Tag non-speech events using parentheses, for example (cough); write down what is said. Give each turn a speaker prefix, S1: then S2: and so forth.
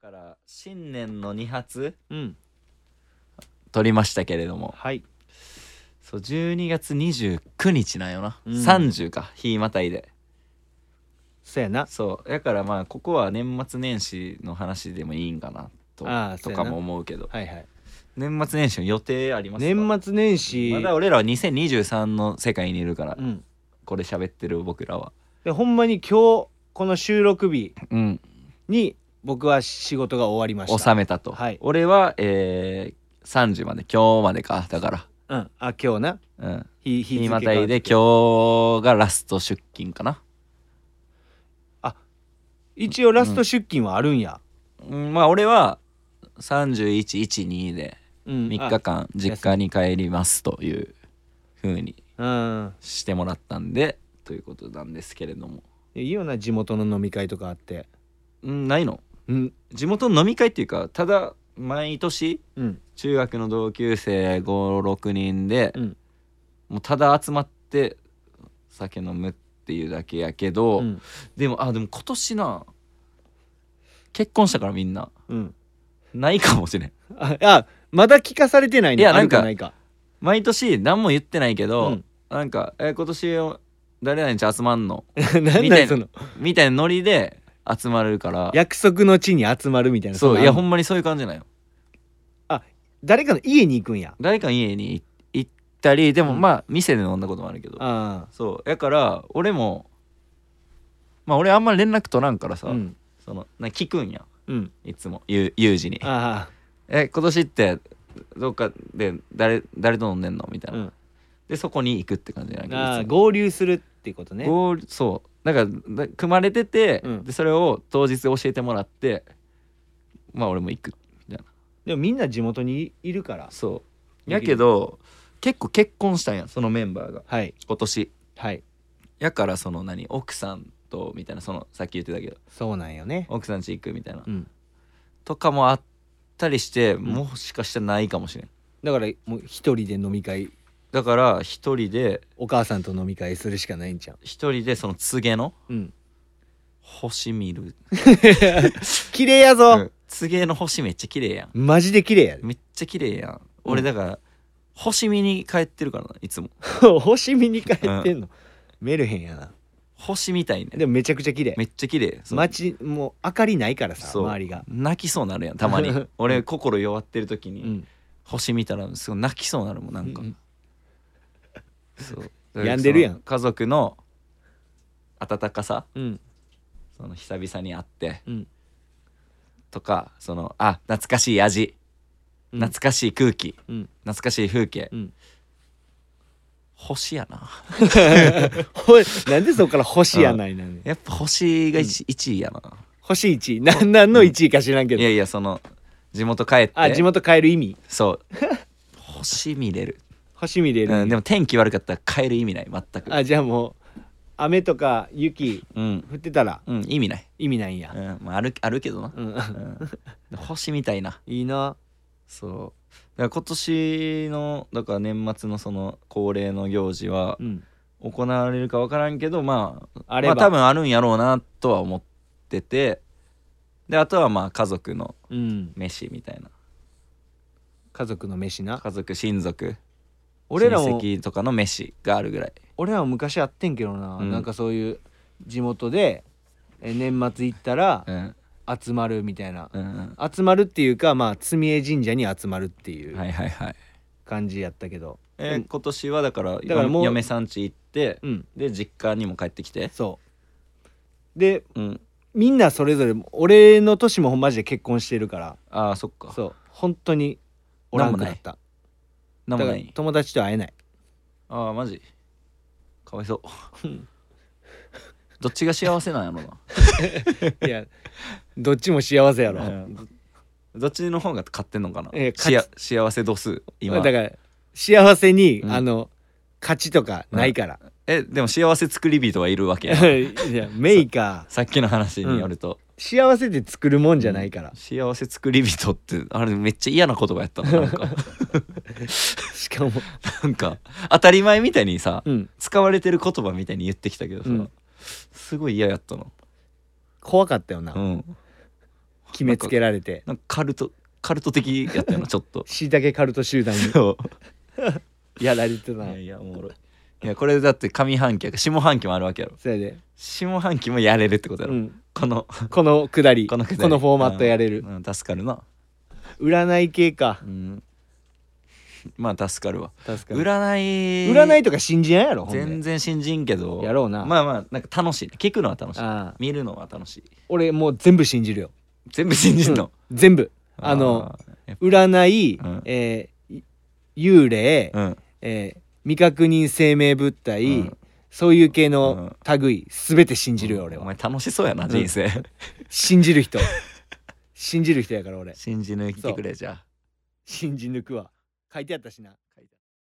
S1: から新年の2発
S2: うん
S1: 撮りましたけれども
S2: はい
S1: そう12月29日なんよな、
S2: うん
S1: 30か日またいで
S2: そやな
S1: そうだからまあここは年末年始の話でもいいんかなと
S2: ああ
S1: と
S2: そうやな
S1: かも思うけど
S2: はいはい
S1: 年末年始の予定ありますか
S2: 年末年始
S1: まだ俺らは2023の世界にいるから、
S2: うん
S1: これ喋ってる僕らは
S2: でほんまに今日この収録日
S1: うん
S2: に僕は仕事が終わりました
S1: 収めたと、
S2: はい
S1: 俺はえー、3時まで今日までかだか
S2: うんあ今日な
S1: らうん
S2: 日日付
S1: 日またいで
S2: 日
S1: 今日がラスト出勤かな
S2: 一応ラスト出勤はあるんや、
S1: うんまあ俺は3112で
S2: うん
S1: 3日間実家に帰りますという風に
S2: あ
S1: してもらったんでということなんですけれども、
S2: うんいいよな地元の飲み会とかあって
S1: うん、ないの
S2: うん
S1: 地元の飲み会っていうかただ毎年
S2: うん
S1: 中学の同級生56人で、
S2: うん
S1: もうただ集まって酒飲むっていうだけやけど、
S2: うん、
S1: でもあでも今年な結婚したからみんな
S2: うん、
S1: ないかもしれん
S2: ああまだ聞かされてないね
S1: いや
S2: ある
S1: なんか
S2: ないか
S1: 毎年何も言ってないけど、
S2: うん (laughs)
S1: なんか、え今年誰々に集まんの
S2: なん
S1: み
S2: だ
S1: た
S2: よ
S1: いな
S2: その
S1: みたいなノリで集まるから
S2: 約束の地に集まるみたいな
S1: そういやほ
S2: ん
S1: んまにそういう感じなんよ
S2: 誰かの家に行くんや
S1: 誰かの家に行ったりでも
S2: うん
S1: まあ店で飲んだこともあるけど
S2: あ
S1: そうやから俺もまあ俺あんま連絡取らんから
S2: あ
S1: さ、
S2: うん
S1: そのな聞くんや
S2: うん
S1: いつもゆ有事に
S2: あ
S1: 「え今年ってどっかで誰誰と飲んでんの?」みた
S2: あ
S1: いな、
S2: うん
S1: でそこに行くって感じなんや
S2: あ
S1: け
S2: あ
S1: ど
S2: 合流するってことね
S1: ゴールそうなんかだ組まれてて、
S2: うん
S1: でそれを当日教えてもらってまあ俺も行く
S2: でもみんな地元にいるから
S1: そうやけど結構結婚したんやそのメンバーが
S2: はい
S1: 今年
S2: はい
S1: やからその何奥さんとみたいなそのさっき言ってたけど
S2: そうなんよね
S1: 奥さん家行くみたいな、
S2: うん
S1: とかもあったりして、
S2: ん
S1: もしかしたらないかもしれん
S2: だからもう一人で飲み会
S1: だから一人で
S2: お母さんと飲み会するしかないんじゃん
S1: 一人でその告げの
S2: うん
S1: 星見る、
S2: 綺麗や
S1: う
S2: ぞ、
S1: ん告げの星めっちゃ綺麗やん
S2: マジで綺麗やで
S1: めっちゃ綺麗やん俺だから、星見に帰ってるからないつも
S2: (laughs) 星見に帰ってんの、メルヘンやな
S1: 星みたいね
S2: でもめちゃくちゃ綺麗
S1: めっちゃ綺麗そう
S2: 街もう明かりないからさ
S1: そう
S2: 周りが
S1: 泣きそうなるやんたま
S2: (laughs) うん
S1: に俺心弱ってる時
S2: う
S1: に、
S2: ん
S1: 星見たらすごい泣きそうなるもんなんか、
S2: うん
S1: そう
S2: (laughs) 病んでるやん
S1: その家族の温かさ
S2: うん
S1: その久々に会って
S2: (laughs) うん
S1: とかそのあ懐かしい味
S2: うん
S1: 懐かしい空気、
S2: うん
S1: 懐かしい風景、
S2: うん
S1: 星やな
S2: ほいなんでそこから星やないなね
S1: やっぱ星が 1,、一位やな
S2: 星1位なんなんの1位か知らんけ
S1: い
S2: ど
S1: やいやその地元帰って
S2: あ地元帰る意味
S1: (laughs) そう星見れる、
S2: 星見れる、
S1: うん、でも天気悪かったら帰る意味ない全く
S2: あじゃあもう雨とか雪
S1: うん、
S2: 降ってたら
S1: うん、意味ない、
S2: 意味ないんや
S1: う、んまあ、あるあるけどな、
S2: うん
S1: うん、星みたいない
S2: いな
S1: そうだから今年のだから年末のその恒例の行事は
S2: うん
S1: 行われるか分からんけどまあ
S2: あれば
S1: まあ、多分あるんやろうなとは思っててであとはまあ家族の
S2: うん
S1: 飯みたい
S2: 家族の飯
S1: な
S2: な
S1: 家族親族
S2: 俺ら
S1: 親
S2: も
S1: 戚とかの飯があるぐらい
S2: 俺らも昔あってんけどな、
S1: うん
S2: なんかそういう地元でえ年末行ったら
S1: うん
S2: 集まるみたいな、
S1: うん
S2: 集まるっていうかまあ積江神社に集まるってい
S1: は
S2: う
S1: いはいはい
S2: 感じやったけど、
S1: えー今年はだから
S2: だからもう
S1: 嫁さん家行って
S2: うん
S1: で実家にも帰ってきて
S2: そうで
S1: うん
S2: みんなそれぞれ俺の年もマジで結婚してるから
S1: ああそっか
S2: そう本当におらんくなった
S1: なんもな
S2: だから
S1: い
S2: 友達と会えない
S1: ああマジかわいそう
S2: うん
S1: (laughs) どっちが幸せなんやろない
S2: やどっちも幸せやろ、
S1: うん (laughs) どっちの方が勝ってんのかな、
S2: えー
S1: しや
S2: 勝
S1: 幸せ度数今
S2: だから幸せに、
S1: うん
S2: あの勝ちとかないから、
S1: えでも幸せ作り人はいるわけや
S2: (laughs) いやメイ
S1: (laughs)
S2: カ
S1: さっきの話によると、
S2: ー幸せで作るもんじゃないから、
S1: 幸せ作り人ってあれめっちゃ嫌な言葉やったのなん (laughs) か
S2: しかも
S1: なんか当たり前みたいにさ
S2: うん
S1: 使われてる言葉みたいに言ってきたけどさ、
S2: うん
S1: すごい嫌やったの
S2: 怖かったよな、
S1: うん
S2: 決めつけられて
S1: なんかカルトカルト的や
S2: (laughs)
S1: ったよなちょっと
S2: しいたけカルト集団に
S1: そ
S2: やられて
S1: う
S2: た
S1: い
S2: な
S1: やいやおもろいいやこれだって上半期やから下半期もあるわけやろ
S2: それで、
S1: 下半期もやれるってことや
S2: う
S1: ろ、
S2: ん、
S1: この
S2: このくだりこの
S1: くだり
S2: フォーマットやれる
S1: う、んうん助かるな
S2: 占い系か
S1: うんまあ助かるわ
S2: 確かに
S1: 占い
S2: 占いとか信じないやろほんで
S1: 全然信じんけど
S2: やろうな
S1: まあまあなんか楽しい聞くのは楽しい
S2: ああ
S1: 見るのは楽しい
S2: 俺もう全部信じるよ
S1: 全部信じんの、
S2: 全部あの
S1: ーやっ
S2: 占い、
S1: うん
S2: えーい幽霊、
S1: ぱうん
S2: えー未確認生命物体、
S1: うん
S2: そういう系の類、すべて信じるよ俺
S1: お
S2: は
S1: 前楽しそうやな人生、 (laughs)
S2: 信じる人信じる人やから俺
S1: 信じ抜いてくれじゃあ
S2: 信じ抜くわ書いてあったしな